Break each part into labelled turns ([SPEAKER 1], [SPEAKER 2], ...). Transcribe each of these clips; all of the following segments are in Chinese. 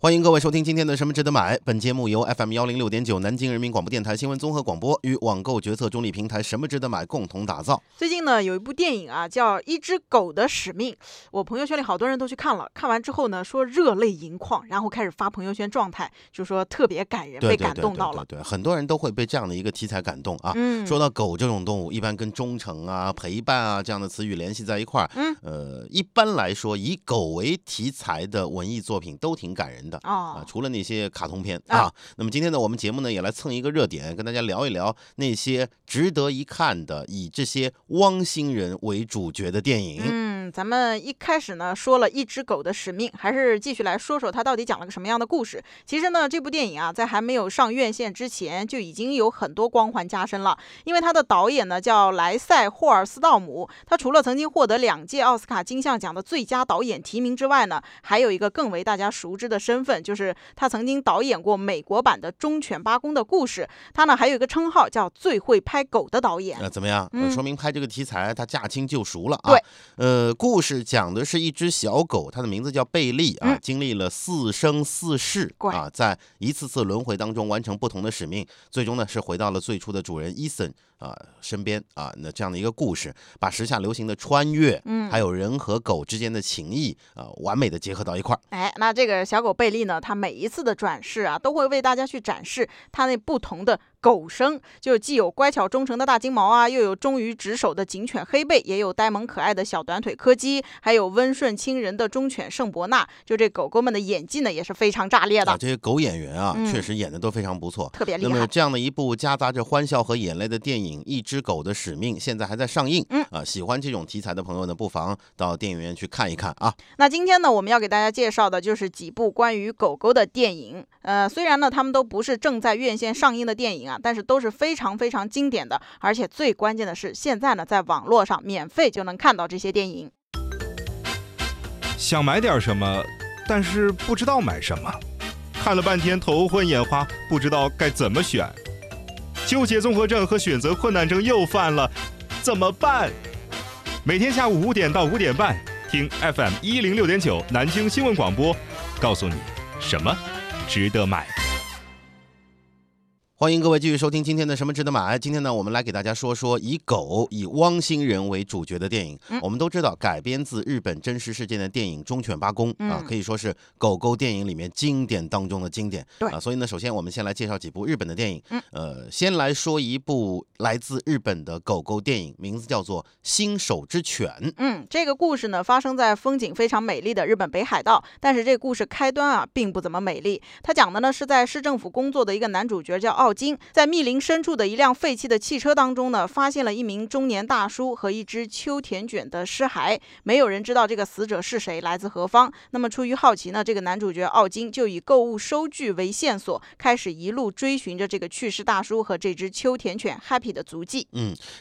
[SPEAKER 1] 欢迎各位收听今天的《什么值得买》。本节目由 FM 幺零六点九南京人民广播电台新闻综合广播与网购决策中立平台“什么值得买”共同打造。
[SPEAKER 2] 最近呢，有一部电影啊，叫《一只狗的使命》，我朋友圈里好多人都去看了。看完之后呢，说热泪盈眶，然后开始发朋友圈状态，就说特别感人，
[SPEAKER 1] 对
[SPEAKER 2] 被
[SPEAKER 1] 对
[SPEAKER 2] 感
[SPEAKER 1] 对
[SPEAKER 2] 动
[SPEAKER 1] 对
[SPEAKER 2] 到
[SPEAKER 1] 对
[SPEAKER 2] 了。
[SPEAKER 1] 对，很多人都会被这样的一个题材感动啊。
[SPEAKER 2] 嗯，
[SPEAKER 1] 说到狗这种动物，一般跟忠诚啊、陪伴啊这样的词语联系在一块儿。
[SPEAKER 2] 嗯，
[SPEAKER 1] 呃，一般来说，以狗为题材的文艺作品都挺感人的。啊
[SPEAKER 2] 哦，，
[SPEAKER 1] 除了那些卡通片
[SPEAKER 2] 啊
[SPEAKER 1] 啊，那么今天呢，我们节目呢也来蹭一个热点，跟大家聊一聊那些值得一看的以这些汪星人为主角的电影。
[SPEAKER 2] 嗯，咱们一开始呢说了一只狗的使命，还是继续来说说它到底讲了个什么样的故事。其实呢，这部电影啊，在还没有上院线之前，就已经有很多光环加身了。因为它的导演呢叫莱塞霍尔斯道姆，他除了曾经获得两届奥斯卡金像奖的最佳导演提名之外呢，还有一个更为大家熟知的身份，就是他曾经导演过美国版的《忠犬八公的故事》，他呢还有一个称号叫最会拍狗的导演。
[SPEAKER 1] 呃，怎么样？呃
[SPEAKER 2] 嗯
[SPEAKER 1] 说明拍这个题材它驾轻就熟了啊。
[SPEAKER 2] 对，
[SPEAKER 1] 呃，故事讲的是一只小狗，它的名字叫贝利啊，
[SPEAKER 2] 嗯
[SPEAKER 1] 经历了四生四世
[SPEAKER 2] 怪
[SPEAKER 1] 啊，在一次次轮回当中完成不同的使命，最终呢是回到了最初的主人伊森啊身边啊。那这样的一个故事，把时下流行的穿越，
[SPEAKER 2] 嗯
[SPEAKER 1] 还有人和狗之间的情谊啊，完美的结合到一块儿。
[SPEAKER 2] 哎，那这个小狗贝利呢，它每一次的转世啊，都会为大家去展示它那不同的狗生，就既有乖巧忠诚的大金毛啊，又有忠于职守的警犬黑贝，也有呆萌可爱的小短腿柯基，还有温顺亲人的忠犬圣伯纳。就这狗狗们的演技呢，也是非常炸裂的，
[SPEAKER 1] 啊，这些狗演员啊，确
[SPEAKER 2] 嗯
[SPEAKER 1] 实演的都非常不错。
[SPEAKER 2] 特别厉
[SPEAKER 1] 那么
[SPEAKER 2] 害。
[SPEAKER 1] 这样的一部夹杂着欢笑和眼泪的电影《一只狗的使命》，现在还在上映。
[SPEAKER 2] 嗯
[SPEAKER 1] 啊、喜欢这种题材的朋友呢，不妨到电影院去看一看啊。
[SPEAKER 2] 那今天呢，我们要给大家介绍的就是几部关于狗狗的电影。呃，虽然呢，他们都不是正在院线上映的电影啊，但是都是非常非常经典的，而且最关键的是，现在呢，在网络上免费就能看到这些电影。
[SPEAKER 3] 想买点什么，但是不知道买什么，看了半天头昏眼花，不知道该怎么选，纠结综合症和选择困难症又犯了，怎么办？每天下午五点到五点半，听 FM 一零六点九南京新闻广播，告诉你什么值得买。
[SPEAKER 1] 欢迎各位继续收听今天的《什么值得买》。今天呢，我们来给大家说说以狗、以汪星人为主角的电影。
[SPEAKER 2] 嗯
[SPEAKER 1] 我们都知道，改编自日本真实事件的电影《忠犬八公》啊
[SPEAKER 2] 嗯，
[SPEAKER 1] 可以说是狗狗电影里面经典当中的经典。
[SPEAKER 2] 对
[SPEAKER 1] 啊，所以呢，首先我们先来介绍几部日本的电影。
[SPEAKER 2] 嗯
[SPEAKER 1] 呃，先来说一部来自日本的狗狗电影，名字叫做《新手之犬》。
[SPEAKER 2] 嗯，这个故事呢发生在风景非常美丽的日本北海道，但是这故事开端啊并不怎么美丽。它讲的呢是在市政府工作的一个男主角叫奥金，在密林深处的一辆废弃的汽车当中呢，发现了一名中年大叔和一只秋田犬的尸骸，没有人知道这个死者是谁，来自何方。那么出于好奇呢，这个男主角奥金就以购物收据为线索，开始一路追寻着这个去世大叔和这只秋田犬 Happy 的足迹。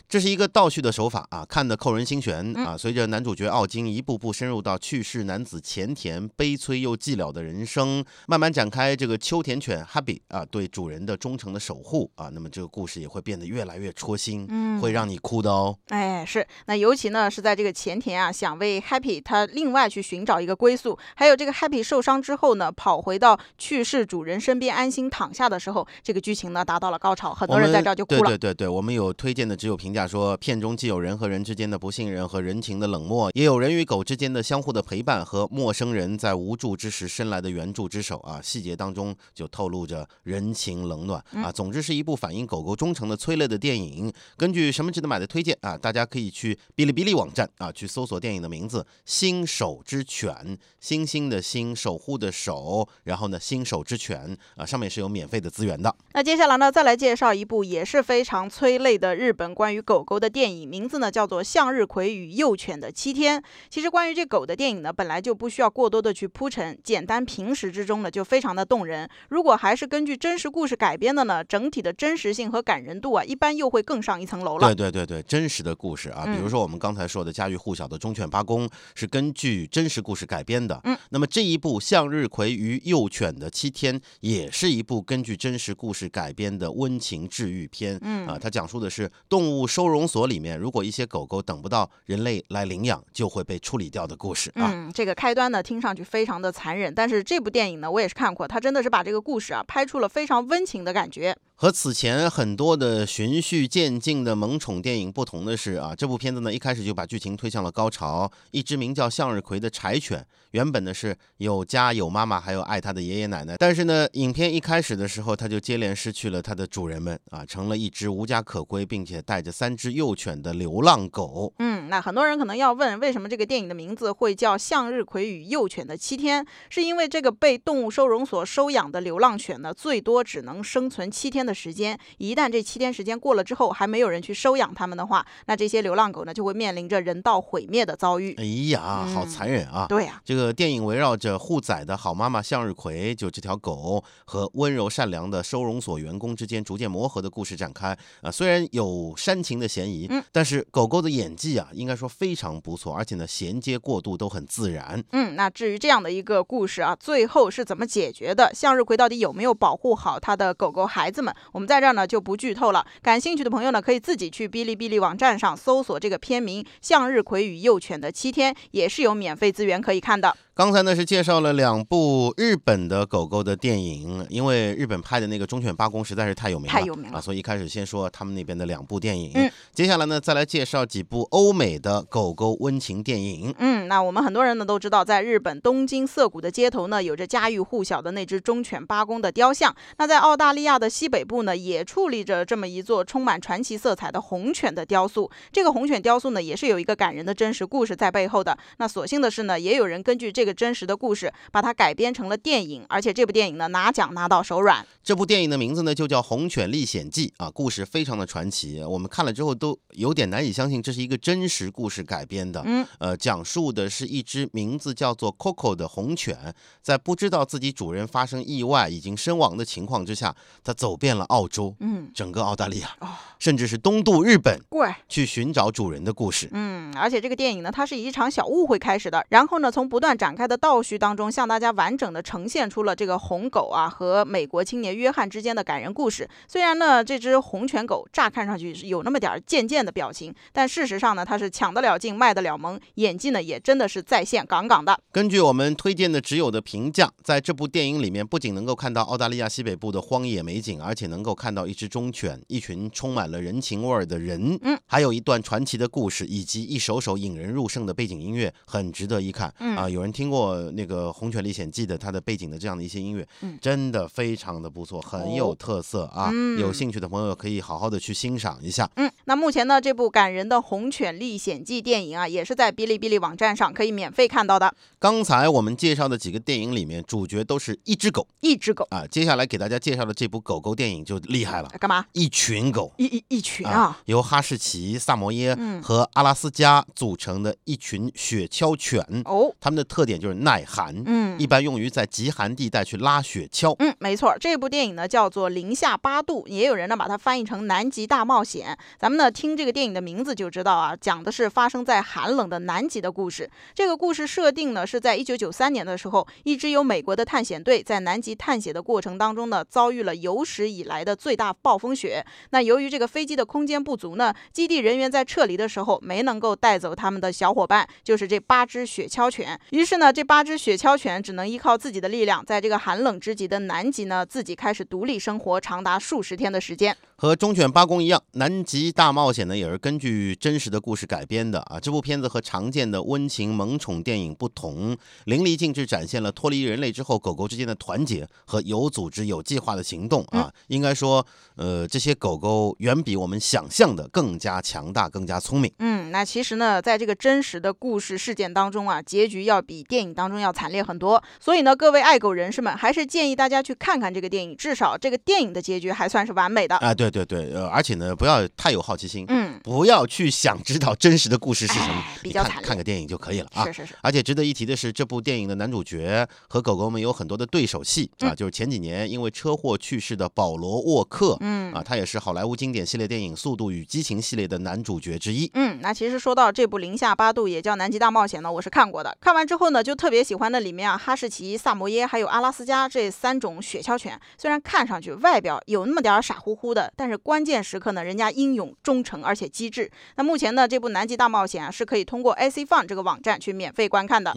[SPEAKER 1] 这是一个倒叙的手法啊，看得扣人心弦
[SPEAKER 2] 嗯
[SPEAKER 1] 啊。随着男主角奥金一步步深入到去世男子前田悲催又寂寥的人生，慢慢展开这个秋田犬哈比啊对主人的忠诚的守护啊，那么这个故事也会变得越来越戳心，
[SPEAKER 2] 嗯
[SPEAKER 1] 会让你哭的哦。
[SPEAKER 2] 哎，是，那尤其呢是在这个前田啊，想为 Happy 他另外去寻找一个归宿，还有这个 Happy 受伤之后呢，跑回到去世主人身边安心躺下的时候，这个剧情呢达到了高潮，很
[SPEAKER 1] 我
[SPEAKER 2] 多人在
[SPEAKER 1] 们
[SPEAKER 2] 这儿就哭
[SPEAKER 1] 对
[SPEAKER 2] 了。
[SPEAKER 1] 对对对，我们有推荐的，只有评价说，片中既有人和人之间的不信任和人情的冷漠，也有人与狗之间的相互的陪伴和陌生人在无助之时伸来的援助之手啊。细节当中就透露着人情冷暖
[SPEAKER 2] 嗯
[SPEAKER 1] 啊。总之是一部反映狗狗忠诚的催泪的电影。根据什么值得买的推荐啊，大家可以去哔哩哔哩网站啊去搜索电影的名字《新手之犬》，星星的星，守护的守，然后呢，新手之犬啊，上面是有免费的资源的。
[SPEAKER 2] 那接下来呢，再来介绍一部也是非常催泪的日本关于狗狗的电影，名字呢叫做《向日葵与幼犬的七天》。其实关于这狗的电影呢，本来就不需要过多的去铺陈，简单平实之中呢就非常的动人。如果还是根据真实故事改编的呢，呢，整体的真实性和感人度啊，一般又会更上一层楼了
[SPEAKER 1] 对。对对对，真实的故事啊，比如
[SPEAKER 2] 嗯
[SPEAKER 1] 说我们刚才说的家喻户晓的《忠犬八公》是根据真实故事改编的。
[SPEAKER 2] 嗯，
[SPEAKER 1] 那么这一部《向日葵与幼犬的七天》也是一部根据真实故事改编的温情治愈片。
[SPEAKER 2] 嗯
[SPEAKER 1] 啊，它讲述的是动物收容所里面，如果一些狗狗等不到人类来领养，就会被处理掉的故事啊。
[SPEAKER 2] 嗯，这个开端呢，听上去非常的残忍，但是这部电影呢，我也是看过，它真的是把这个故事啊拍出了非常温情的感觉。
[SPEAKER 1] 和此前很多的循序渐进的萌宠电影不同的是啊，这部片子呢一开始就把剧情推向了高潮。一只名叫向日葵的柴犬，原本呢是有家有妈妈，还有爱它的爷爷奶奶，但是呢，影片一开始的时候，它就接连失去了它的主人们啊，成了一只无家可归，并且带着三只幼犬的流浪狗。
[SPEAKER 2] 嗯，那很多人可能要问，为什么这个电影的名字会叫《向日葵与幼犬的七天》？是因为这个被动物收容所收养的流浪犬呢，最多只能生存七天的时间。一旦这七天时间过了之后，还没有人去收养它们的话，那这些流浪狗呢，就会面临着人道毁灭的遭遇。
[SPEAKER 1] 哎呀，好残忍啊！
[SPEAKER 2] 对呀、
[SPEAKER 1] 这个电影围绕着护崽的好妈妈向日葵，就这条狗和温柔善良的收容所员工之间逐渐磨合的故事展开。啊、虽然有煽情的嫌疑，
[SPEAKER 2] 嗯
[SPEAKER 1] 但是狗狗的演技啊，应该说非常不错，而且呢，衔接过渡都很自然。
[SPEAKER 2] 嗯，那至于这样的一个故事啊，最后是怎么解决的？向日葵到底有没有保护好它的狗狗孩子们？我们在这儿呢就不剧透了。感兴趣的朋友呢，可以自己去哔哩哔哩网站上搜索这个片名《向日葵与幼犬的七天》，也是有免费资源可以看的。
[SPEAKER 1] 刚才呢是介绍了两部日本的狗狗的电影，因为日本拍的那个《忠犬八公》实在是太有名了，
[SPEAKER 2] 太有名了
[SPEAKER 1] 啊，所以一开始先说他们那边的两部电影，
[SPEAKER 2] 嗯
[SPEAKER 1] 接下来呢再来介绍几部欧美的狗狗温情电影。
[SPEAKER 2] 嗯，那我们很多人呢都知道，在日本东京涩谷的街头呢，有着家喻户晓的那只忠犬八公的雕像。那在澳大利亚的西北部呢，也矗立着这么一座充满传奇色彩的红犬的雕塑。这个红犬雕塑呢，也是有一个感人的真实故事在背后的。那所幸的是呢，也有人根据这个真实的故事，把它改编成了电影，而且这部电影呢拿奖拿到手软。
[SPEAKER 1] 这部电影的名字呢就叫《红犬历险记》啊，故事非常的传奇，我们看了之后都有点难以相信这是一个真实故事改编的。
[SPEAKER 2] 嗯，
[SPEAKER 1] 呃，讲述的是一只名字叫做 Coco 的红犬，在不知道自己主人发生意外已经身亡的情况之下，它走遍了澳洲、
[SPEAKER 2] 嗯，
[SPEAKER 1] 整个澳大利亚
[SPEAKER 2] 哦，
[SPEAKER 1] 甚至是东渡日本，
[SPEAKER 2] 怪。
[SPEAKER 1] 去寻找主人的故事。
[SPEAKER 2] 嗯，而且这个电影呢，它是以一场小误会开始的，然后呢，从不断展开的倒叙当中，向大家完整的呈现出了这个红狗啊和美国青年约翰之间的感人故事。虽然呢，这只红犬狗乍看上去是有那么点儿贱贱的表情，但事实上呢，它是抢得了镜，卖得了萌，演技呢也真的是在线杠杠的。
[SPEAKER 1] 根据我们推荐的挚友的评价，在这部电影里面，不仅能够看到澳大利亚西北部的荒野美景，而且能够看到一只忠犬，一群充满了人情味儿的人，
[SPEAKER 2] 嗯，
[SPEAKER 1] 还有一段传奇的故事，以及一首首引人入胜的背景音乐，很值得一看。
[SPEAKER 2] 嗯
[SPEAKER 1] 啊，有人听过那个《红犬历险记》的它的背景的这样的一些音乐，
[SPEAKER 2] 嗯
[SPEAKER 1] 真的非常的不错，很有
[SPEAKER 2] 哦
[SPEAKER 1] 特色啊。
[SPEAKER 2] 嗯
[SPEAKER 1] 有兴趣的朋友可以好好的去欣赏一下。
[SPEAKER 2] 嗯，那目前呢，这部感人的《红犬历险记》电影啊，也是在哔哩哔哩网站上可以免费看到的。
[SPEAKER 1] 刚才我们介绍的几个电影里面，主角都是一只狗。
[SPEAKER 2] 一只狗
[SPEAKER 1] 啊，接下来给大家介绍的这部狗狗电影就厉害了，
[SPEAKER 2] 干嘛？
[SPEAKER 1] 一群狗。
[SPEAKER 2] 一嗯一一群
[SPEAKER 1] 啊
[SPEAKER 2] 啊，，
[SPEAKER 1] 由哈士奇、萨摩耶
[SPEAKER 2] 嗯
[SPEAKER 1] 和阿拉斯加组成的一群雪橇犬，
[SPEAKER 2] 哦，
[SPEAKER 1] 它们的特点就是耐寒，
[SPEAKER 2] 嗯
[SPEAKER 1] 一。般用于在极寒地带去拉雪橇。
[SPEAKER 2] 嗯，没错儿，这部电影呢叫做《零下八度》，也有人呢把它翻译成《南极大冒险》。咱们呢听这个电影的名字就知道啊，讲的是发生在寒冷的南极的故事。这个故事设定呢是在一九九三年的时候，一支由美国的探险队在南极探险的过程当中呢，遭遇了有史以来的最大暴风雪。那由于这个飞机的空间不足呢，基地人员在撤离的时候没能够带走他们的小伙伴，就是这八只雪橇犬。于是呢，这八只雪橇犬只能依靠自己的力量，在这个寒冷之极的南极呢，自己开始独立生活，长达数十天的时间。
[SPEAKER 1] 和《忠犬八公》一样，《南极大冒险》呢也是根据真实的故事改编的啊。这部片子和常见的温情萌宠电影不同，淋漓尽致展现了脱离人类之后狗狗之间的团结和有组织、有计划的行动啊。
[SPEAKER 2] 嗯
[SPEAKER 1] 应该说，呃，这些狗狗远比我们想象的更加强大、更加聪明。
[SPEAKER 2] 嗯，那其实呢，在这个真实的故事事件当中啊，结局要比电影当中要惨烈很多。所以呢，各位爱狗人士们，还是建议大家去看看这个电影，至少这个电影的结局还算是完美的。
[SPEAKER 1] 啊，对对对，呃，而且呢，不要太有好奇心，
[SPEAKER 2] 嗯，
[SPEAKER 1] 不要去想知道真实的故事是什么
[SPEAKER 2] 哎，比
[SPEAKER 1] 你
[SPEAKER 2] 较
[SPEAKER 1] 看
[SPEAKER 2] 惨烈
[SPEAKER 1] 看个电影就可以了啊
[SPEAKER 2] 是。是是，
[SPEAKER 1] 而且值得一提的是，这部电影的男主角和狗狗们有很多的对手戏
[SPEAKER 2] 嗯
[SPEAKER 1] 啊，就是前几年因为车祸去世的保罗·沃克
[SPEAKER 2] 嗯
[SPEAKER 1] 啊，他也是好莱坞经典系列电影《速度与激情》系列的男主角之一。
[SPEAKER 2] 嗯，那其实说到这部《零下八度》，也叫《南极大冒险》呢，我是看过的。看完之后呢，就特别喜欢那里面啊，哈士奇、萨摩耶还有阿拉斯加这三种雪橇犬。虽然看上去外表有那么点儿傻乎乎的，但是关键时刻呢，人家英勇、忠诚而且机智。那目前呢，这部《南极大冒险》啊，是可以通过 IC Fun 这个网站去免费观
[SPEAKER 1] 嗯
[SPEAKER 2] 看的。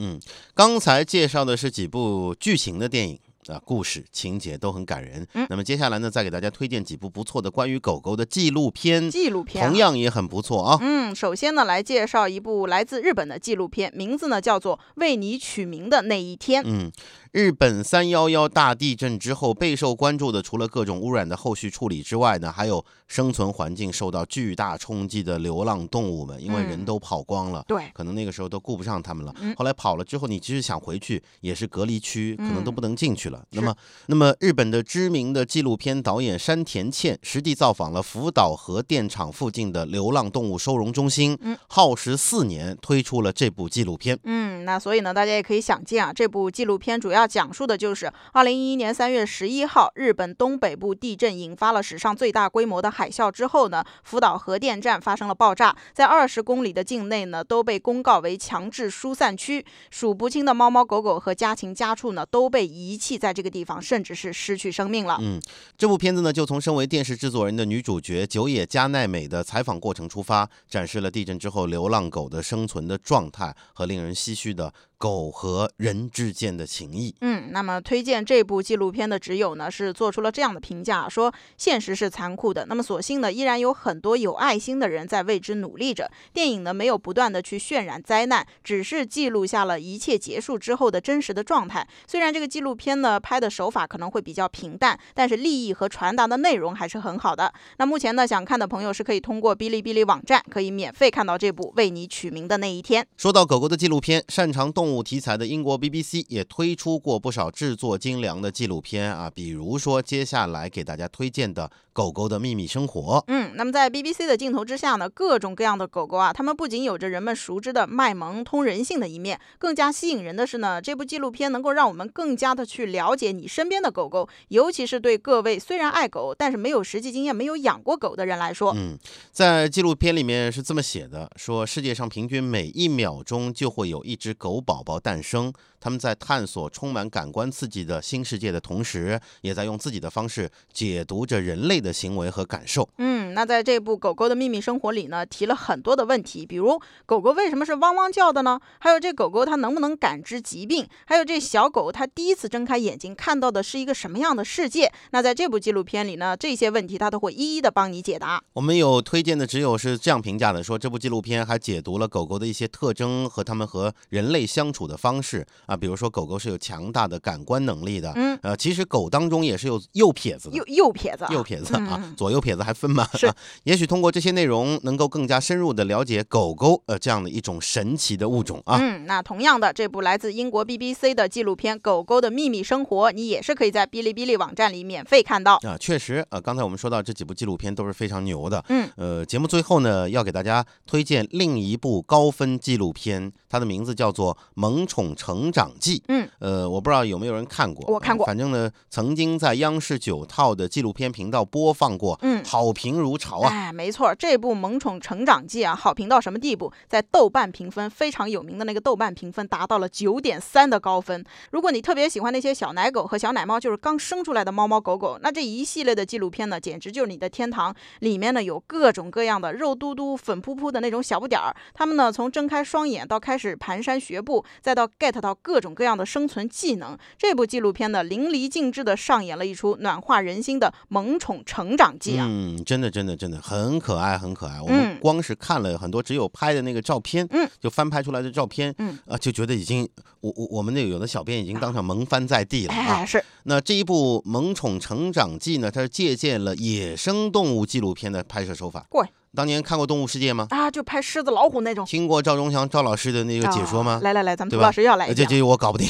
[SPEAKER 1] 刚才介绍的是几部剧情的电影。啊，故事情节都很感人。
[SPEAKER 2] 嗯
[SPEAKER 1] 那么接下来呢，再给大家推荐几部不错的关于狗狗的纪录片，
[SPEAKER 2] 纪录片啊、
[SPEAKER 1] 同样也很不错啊。
[SPEAKER 2] 嗯，首先呢，来介绍一部来自日本的纪录片，名字呢叫做《为你取名的那一天》。
[SPEAKER 1] 嗯，日本三幺幺大地震之后备受关注的，除了各种污染的后续处理之外呢，还有生存环境受到巨大冲击的流浪动物们，因为人
[SPEAKER 2] 嗯
[SPEAKER 1] 都跑光了。
[SPEAKER 2] 对，
[SPEAKER 1] 可能那个时候都顾不上他们了。
[SPEAKER 2] 嗯
[SPEAKER 1] 后来跑了之后，你即使想回去，也是隔离区，可能都
[SPEAKER 2] 嗯
[SPEAKER 1] 不能进去了。那
[SPEAKER 2] 是
[SPEAKER 1] 么，那么日本的知名的纪录片导演山田茜实地造访了福岛核电厂附近的流浪动物收容中心，
[SPEAKER 2] 嗯
[SPEAKER 1] 耗时四年推出了这部纪录片。
[SPEAKER 2] 嗯，那所以呢，大家也可以想见啊，这部纪录片主要讲述的就是二零一一年三月十一号，日本东北部地震引发了史上最大规模的海啸之后呢，福岛核电站发生了爆炸，在二十公里的境内呢，都被公告为强制疏散区，数不清的猫猫狗狗和家禽家畜呢，都被遗弃在这个地方，甚至是失去生命了。
[SPEAKER 1] 嗯，这部片子呢，就从身为电视制作人的女主角久野加奈美的采访过程出发，展示了地震之后流浪狗的生存的状态和令人唏嘘的狗和人之间的情谊。
[SPEAKER 2] 嗯，那么推荐这部纪录片的挚友呢，是做出了这样的评价，说现实是残酷的，那么所幸呢，依然有很多有爱心的人在为之努力着。电影呢，没有不断的去渲染灾难，只是记录下了一切结束之后的真实的状态。虽然这个纪录片呢拍的手法可能会比较平淡，但是立意和传达的内容还是很好的。那目前呢，想看的朋友是可以通过哔哩哔哩网站可以免费看到这部为你取名的那一天。
[SPEAKER 1] 说到狗狗的纪录片，擅长动物题材的英国 BBC 也推出过不少制作精良的纪录片啊，比如说接下来给大家推荐的《狗狗的秘密生活》。
[SPEAKER 2] 嗯，那么在 BBC 的镜头之下呢，各种各样的狗狗啊，它们不仅有着人们熟知的卖萌、通人性的一面，更加吸引人的是呢，这部纪录片能够让我们更加的去了解你身边的狗狗，尤其是对各位虽然爱狗，但是没有实际经验、没有养过狗的人来说，
[SPEAKER 1] 嗯，在纪录片里面是这么写的：说世界上平均每一秒钟就会有一只狗宝宝诞生。他们在探索充满感官刺激的新世界的同时，也在用自己的方式解读着人类的行为和感受。
[SPEAKER 2] 嗯，那在这部《狗狗的秘密生活》里呢，提了很多的问题，比如狗狗为什么是汪汪叫的呢？还有这狗狗它能不能感知疾病？还有这小狗它第一次睁开眼睛看到的是一个什么样的世界？那在这部纪录片里呢，这些问题它都会一一的帮你解答。
[SPEAKER 1] 我们有推荐的，只有是这样评价的：说这部纪录片还解读了狗狗的一些特征和它们和人类相处的方式啊，比如说狗狗是有强大的感官能力的，
[SPEAKER 2] 嗯，
[SPEAKER 1] 呃，其实狗当中也是有右撇子的
[SPEAKER 2] 右。右撇子啊，
[SPEAKER 1] 右撇子啊，
[SPEAKER 2] 嗯
[SPEAKER 1] 左右撇子还分嘛？
[SPEAKER 2] 是
[SPEAKER 1] 也许通过这些内容，能够更加深入的了解狗狗呃这样的一种神奇的物种啊。
[SPEAKER 2] 嗯，那同样的，这部来自英国 BBC 的纪录片《狗狗的秘密生活》，你也是可以在哔哩哔哩网站里免费看到。
[SPEAKER 1] 啊，确实，呃，刚才我们说到这几部纪录片都是非常牛的，
[SPEAKER 2] 嗯，
[SPEAKER 1] 呃，节目最后呢，要给大家推荐另一部高分纪录片，它的名字叫做《萌宠成长记》，
[SPEAKER 2] 嗯，
[SPEAKER 1] 呃，我不知道有没有人看过，
[SPEAKER 2] 我看
[SPEAKER 1] 呃
[SPEAKER 2] 过
[SPEAKER 1] 反正呢，曾经在央视九套的纪录片频道播放过，
[SPEAKER 2] 嗯
[SPEAKER 1] 好评如潮啊，
[SPEAKER 2] 哎，没错，这部《萌宠成长记》啊，好评到什么地步？在豆瓣评分非常有名的那个豆瓣评分达到了九点三的高分。如果你特别喜欢那些小奶狗和小奶猫，就是刚生出来的猫猫狗狗，那这一系列的纪录片呢，简直就是你的天堂。里面呢有各种各样的肉嘟嘟、粉扑扑的那种小不点儿，它们呢从睁开双眼到开始蹒跚学步，再到 get 到各种各样的生存技能。这部纪录片呢淋漓尽致地上演了一出暖化人心的萌宠成长记啊。
[SPEAKER 1] 嗯，真的，真的，真的很可爱，很可爱。我
[SPEAKER 2] 嗯
[SPEAKER 1] 们光是看了很多只有拍的那个照片，
[SPEAKER 2] 嗯，
[SPEAKER 1] 就翻拍出来的照片，
[SPEAKER 2] 嗯，
[SPEAKER 1] 啊，就觉得已经，我我我们那有的小编已经当场萌翻在地了啊
[SPEAKER 2] 哎，。是，
[SPEAKER 1] 那这一部《萌宠成长记》呢，它是借鉴了野生动物纪录片的拍摄手法。
[SPEAKER 2] 过
[SPEAKER 1] 当年看过《动物世界》吗？
[SPEAKER 2] 啊，就拍狮子、老虎那种。
[SPEAKER 1] 听过赵忠祥赵老师的那个解说吗
[SPEAKER 2] 啊？来来来，咱们
[SPEAKER 1] 对
[SPEAKER 2] 涂
[SPEAKER 1] 吧
[SPEAKER 2] 老师又要来一
[SPEAKER 1] 呃这
[SPEAKER 2] 遍了。
[SPEAKER 1] 这我搞 不定。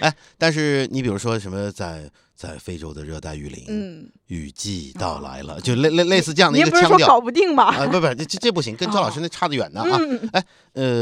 [SPEAKER 1] 哎，但是你比如说什么在在非洲的热带雨林，
[SPEAKER 2] 嗯，
[SPEAKER 1] 雨季到来了，就类类类似这样的一
[SPEAKER 2] 您
[SPEAKER 1] 个
[SPEAKER 2] 不是
[SPEAKER 1] 腔
[SPEAKER 2] 说
[SPEAKER 1] 调。
[SPEAKER 2] 搞不定吗？
[SPEAKER 1] 啊，不不，这这这不行，跟赵老师那差得远呢啊。
[SPEAKER 2] 哦嗯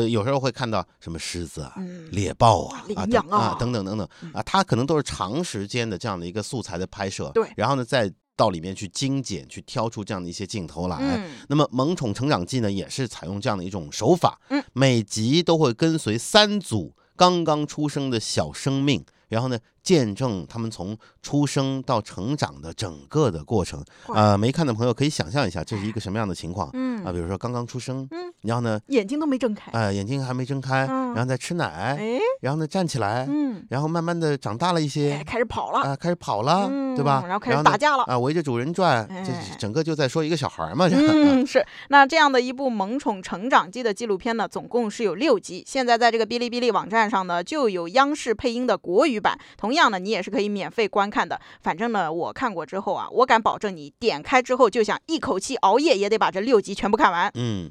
[SPEAKER 1] 呃，有时候会看到什么狮子啊、
[SPEAKER 2] 嗯，
[SPEAKER 1] 猎豹啊、
[SPEAKER 2] 羚
[SPEAKER 1] 啊
[SPEAKER 2] 羊
[SPEAKER 1] 等啊
[SPEAKER 2] 啊
[SPEAKER 1] 等等等等啊，它可能都是长时间的这样的一个素材的拍摄，
[SPEAKER 2] 对
[SPEAKER 1] 然后呢再到里面去精简，去挑出这样的一些镜头来。
[SPEAKER 2] 嗯
[SPEAKER 1] 那么《萌宠成长记》呢，也是采用这样的一种手法，
[SPEAKER 2] 嗯，
[SPEAKER 1] 每集都会跟随三组刚刚出生的小生命，然后呢，见证他们从出生到成长的整个的过程。
[SPEAKER 2] 哇
[SPEAKER 1] 呃，没看的朋友可以想象一下，这是一个什么样的情况啊？
[SPEAKER 2] 嗯，
[SPEAKER 1] 比如说刚刚出生，
[SPEAKER 2] 嗯，
[SPEAKER 1] 然后呢，
[SPEAKER 2] 眼睛都没睁开。
[SPEAKER 1] 呃，眼睛还没睁开，
[SPEAKER 2] 嗯
[SPEAKER 1] 然后再吃奶，
[SPEAKER 2] 哎，
[SPEAKER 1] 然后呢站起来，
[SPEAKER 2] 嗯，
[SPEAKER 1] 然后慢慢的长大了一
[SPEAKER 2] 哎，
[SPEAKER 1] 些，
[SPEAKER 2] 开始跑了，
[SPEAKER 1] 啊，开始跑了，对吧
[SPEAKER 2] 嗯？然后开始
[SPEAKER 1] 呢
[SPEAKER 2] 打架了。
[SPEAKER 1] 啊，围着主人转，这
[SPEAKER 2] 哎
[SPEAKER 1] 整个就在说一个小孩儿嘛，这。
[SPEAKER 2] 嗯，是。那这样的一部《萌宠成长记》的纪录片呢，总共是有六集。现在在这个哔哩哔哩网站上呢，就有央视配音的国语版，同样呢，你也是可以免费观看的。反正呢，我看过之后啊，我敢保证你点开之后就想一口气熬夜也得把这六集全部看完。
[SPEAKER 1] 嗯，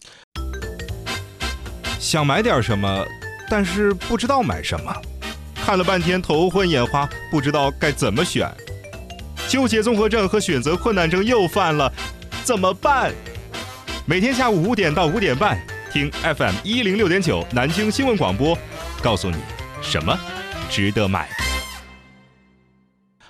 [SPEAKER 3] 想买点什么，但是不知道买什么，看了半天头昏眼花，不知道该怎么选，纠结综合症和选择困难症又犯了，怎么办？每天下午五点到五点半，听 FM 一零六点九南京新闻广播，告诉你什么值得买。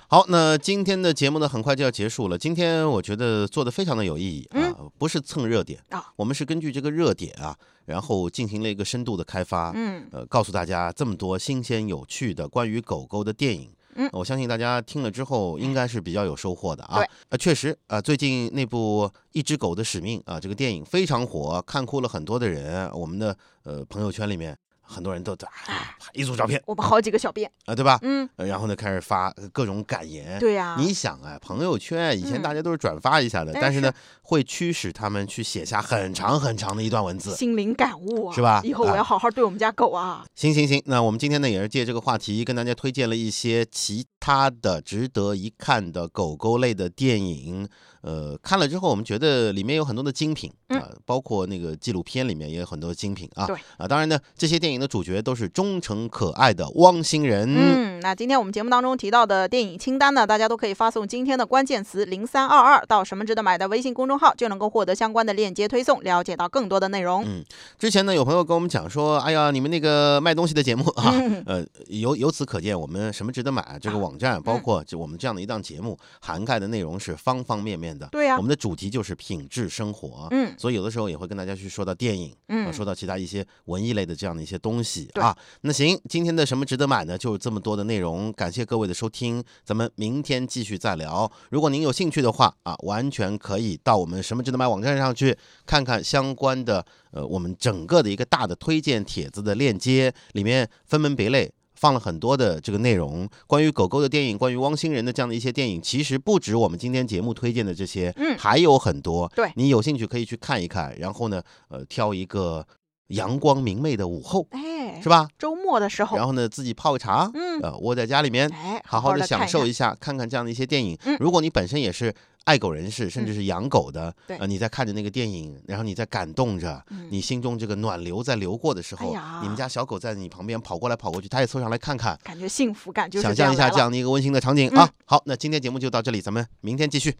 [SPEAKER 1] 好，那今天的节目呢，很快就要结束了。今天我觉得做的非常的有意义啊，不是蹭热点
[SPEAKER 2] 嗯啊，
[SPEAKER 1] 我们是根据这个热点啊，然后进行了一个深度的开发，
[SPEAKER 2] 嗯，
[SPEAKER 1] 呃，告诉大家这么多新鲜有趣的关于狗狗的电影。
[SPEAKER 2] 嗯
[SPEAKER 1] 我相信大家听了之后应该是比较有收获的啊
[SPEAKER 2] 对。
[SPEAKER 1] 呃，确实啊、呃最近那部《一只狗的使命》啊、这个电影非常火，看哭了很多的人。我们的呃朋友圈里面很多人都在啊拍一组照片
[SPEAKER 2] 我们好几个小编，
[SPEAKER 1] 啊、对吧？
[SPEAKER 2] 嗯，
[SPEAKER 1] 呃然后呢开始发各种感言。
[SPEAKER 2] 对呀、
[SPEAKER 1] 哎你想啊，朋友圈以前
[SPEAKER 2] 嗯
[SPEAKER 1] 大家都是转发一下的，
[SPEAKER 2] 哎
[SPEAKER 1] 但是呢，会驱使他们去写下很长很长的一段文字。
[SPEAKER 2] 心灵感悟啊，
[SPEAKER 1] 是吧
[SPEAKER 2] 以后我
[SPEAKER 1] 啊
[SPEAKER 2] 要好好对我们家 狗啊。
[SPEAKER 1] 行行行，那我们今天呢，也是借这个话题跟大家推荐了一些其他的值得一看的狗狗类的电影。呃，看了之后，我们觉得里面有很多的精品啊、
[SPEAKER 2] 嗯
[SPEAKER 1] 包括那个纪录片里面也有很多精品啊。
[SPEAKER 2] 对
[SPEAKER 1] 啊，当然呢，这些电影的主角都是忠诚可爱的汪星人。
[SPEAKER 2] 嗯，那今天我们节目当中提到的电影清单呢，大家都可以发送今天的关键词零三二二到“什么值得买”的微信公众号，就能够获得相关的链接推送，了解到更多的内容。
[SPEAKER 1] 嗯之前呢，有朋友跟我们讲说，哎呀，你们那个卖东西的节目 啊，
[SPEAKER 2] 嗯
[SPEAKER 1] 呃，由由此可见，我们什么值得买啊这个网站，包括就我们这样的一档节目，涵盖的内容是方方面面的。
[SPEAKER 2] 对呀
[SPEAKER 1] 我们的主题就是品质生活。啊
[SPEAKER 2] 嗯
[SPEAKER 1] 所以有的时候也会跟大家去说到电影，啊，
[SPEAKER 2] 嗯，
[SPEAKER 1] 说到其他一些文艺类的这样的一些东西
[SPEAKER 2] 对
[SPEAKER 1] 啊。那行，今天的什么值得买呢？就是这么多的内容，感谢各位的收听，咱们明天继续再聊。如果您有兴趣的话啊，完全可以到我们什么值得买网站上去看看相关的呃我们整个的一个大的推荐帖子的链接，里面分门别类。放了很多的这个内容，关于狗狗的电影，关于汪星人的这样的一些电影，其实不止我们今天节目推荐的这些，
[SPEAKER 2] 嗯
[SPEAKER 1] 还有很多。
[SPEAKER 2] 对
[SPEAKER 1] 你有兴趣可以去看一看，然后呢，呃，挑一个阳光明媚的午后，
[SPEAKER 2] 哎
[SPEAKER 1] 是，吧？
[SPEAKER 2] 周末的时
[SPEAKER 1] 然
[SPEAKER 2] 候，
[SPEAKER 1] 后呢，自己泡个茶，
[SPEAKER 2] 嗯，
[SPEAKER 1] 呃，窝在家里面，
[SPEAKER 2] 哎，
[SPEAKER 1] 好
[SPEAKER 2] 好
[SPEAKER 1] 好的享受
[SPEAKER 2] 一
[SPEAKER 1] 一下，看看这样的一些电影
[SPEAKER 2] 嗯。
[SPEAKER 1] 如果你本身也是爱狗人士，甚至
[SPEAKER 2] 嗯
[SPEAKER 1] 是养狗的，
[SPEAKER 2] 对
[SPEAKER 1] 呃，你在看着那个电影，然后你在感动着，
[SPEAKER 2] 嗯
[SPEAKER 1] 你心中这个暖流在流过的时
[SPEAKER 2] 哎
[SPEAKER 1] 候
[SPEAKER 2] 呀，
[SPEAKER 1] 你们家小狗在你旁边跑过来跑过去，它也凑上来看看，
[SPEAKER 2] 看，感觉幸福感就是
[SPEAKER 1] 想
[SPEAKER 2] 这
[SPEAKER 1] 象
[SPEAKER 2] 样
[SPEAKER 1] 一下
[SPEAKER 2] 来
[SPEAKER 1] 这
[SPEAKER 2] 了嗯
[SPEAKER 1] 样的一个温馨的场景啊。好，那今天节目就到这里，咱们明天继续。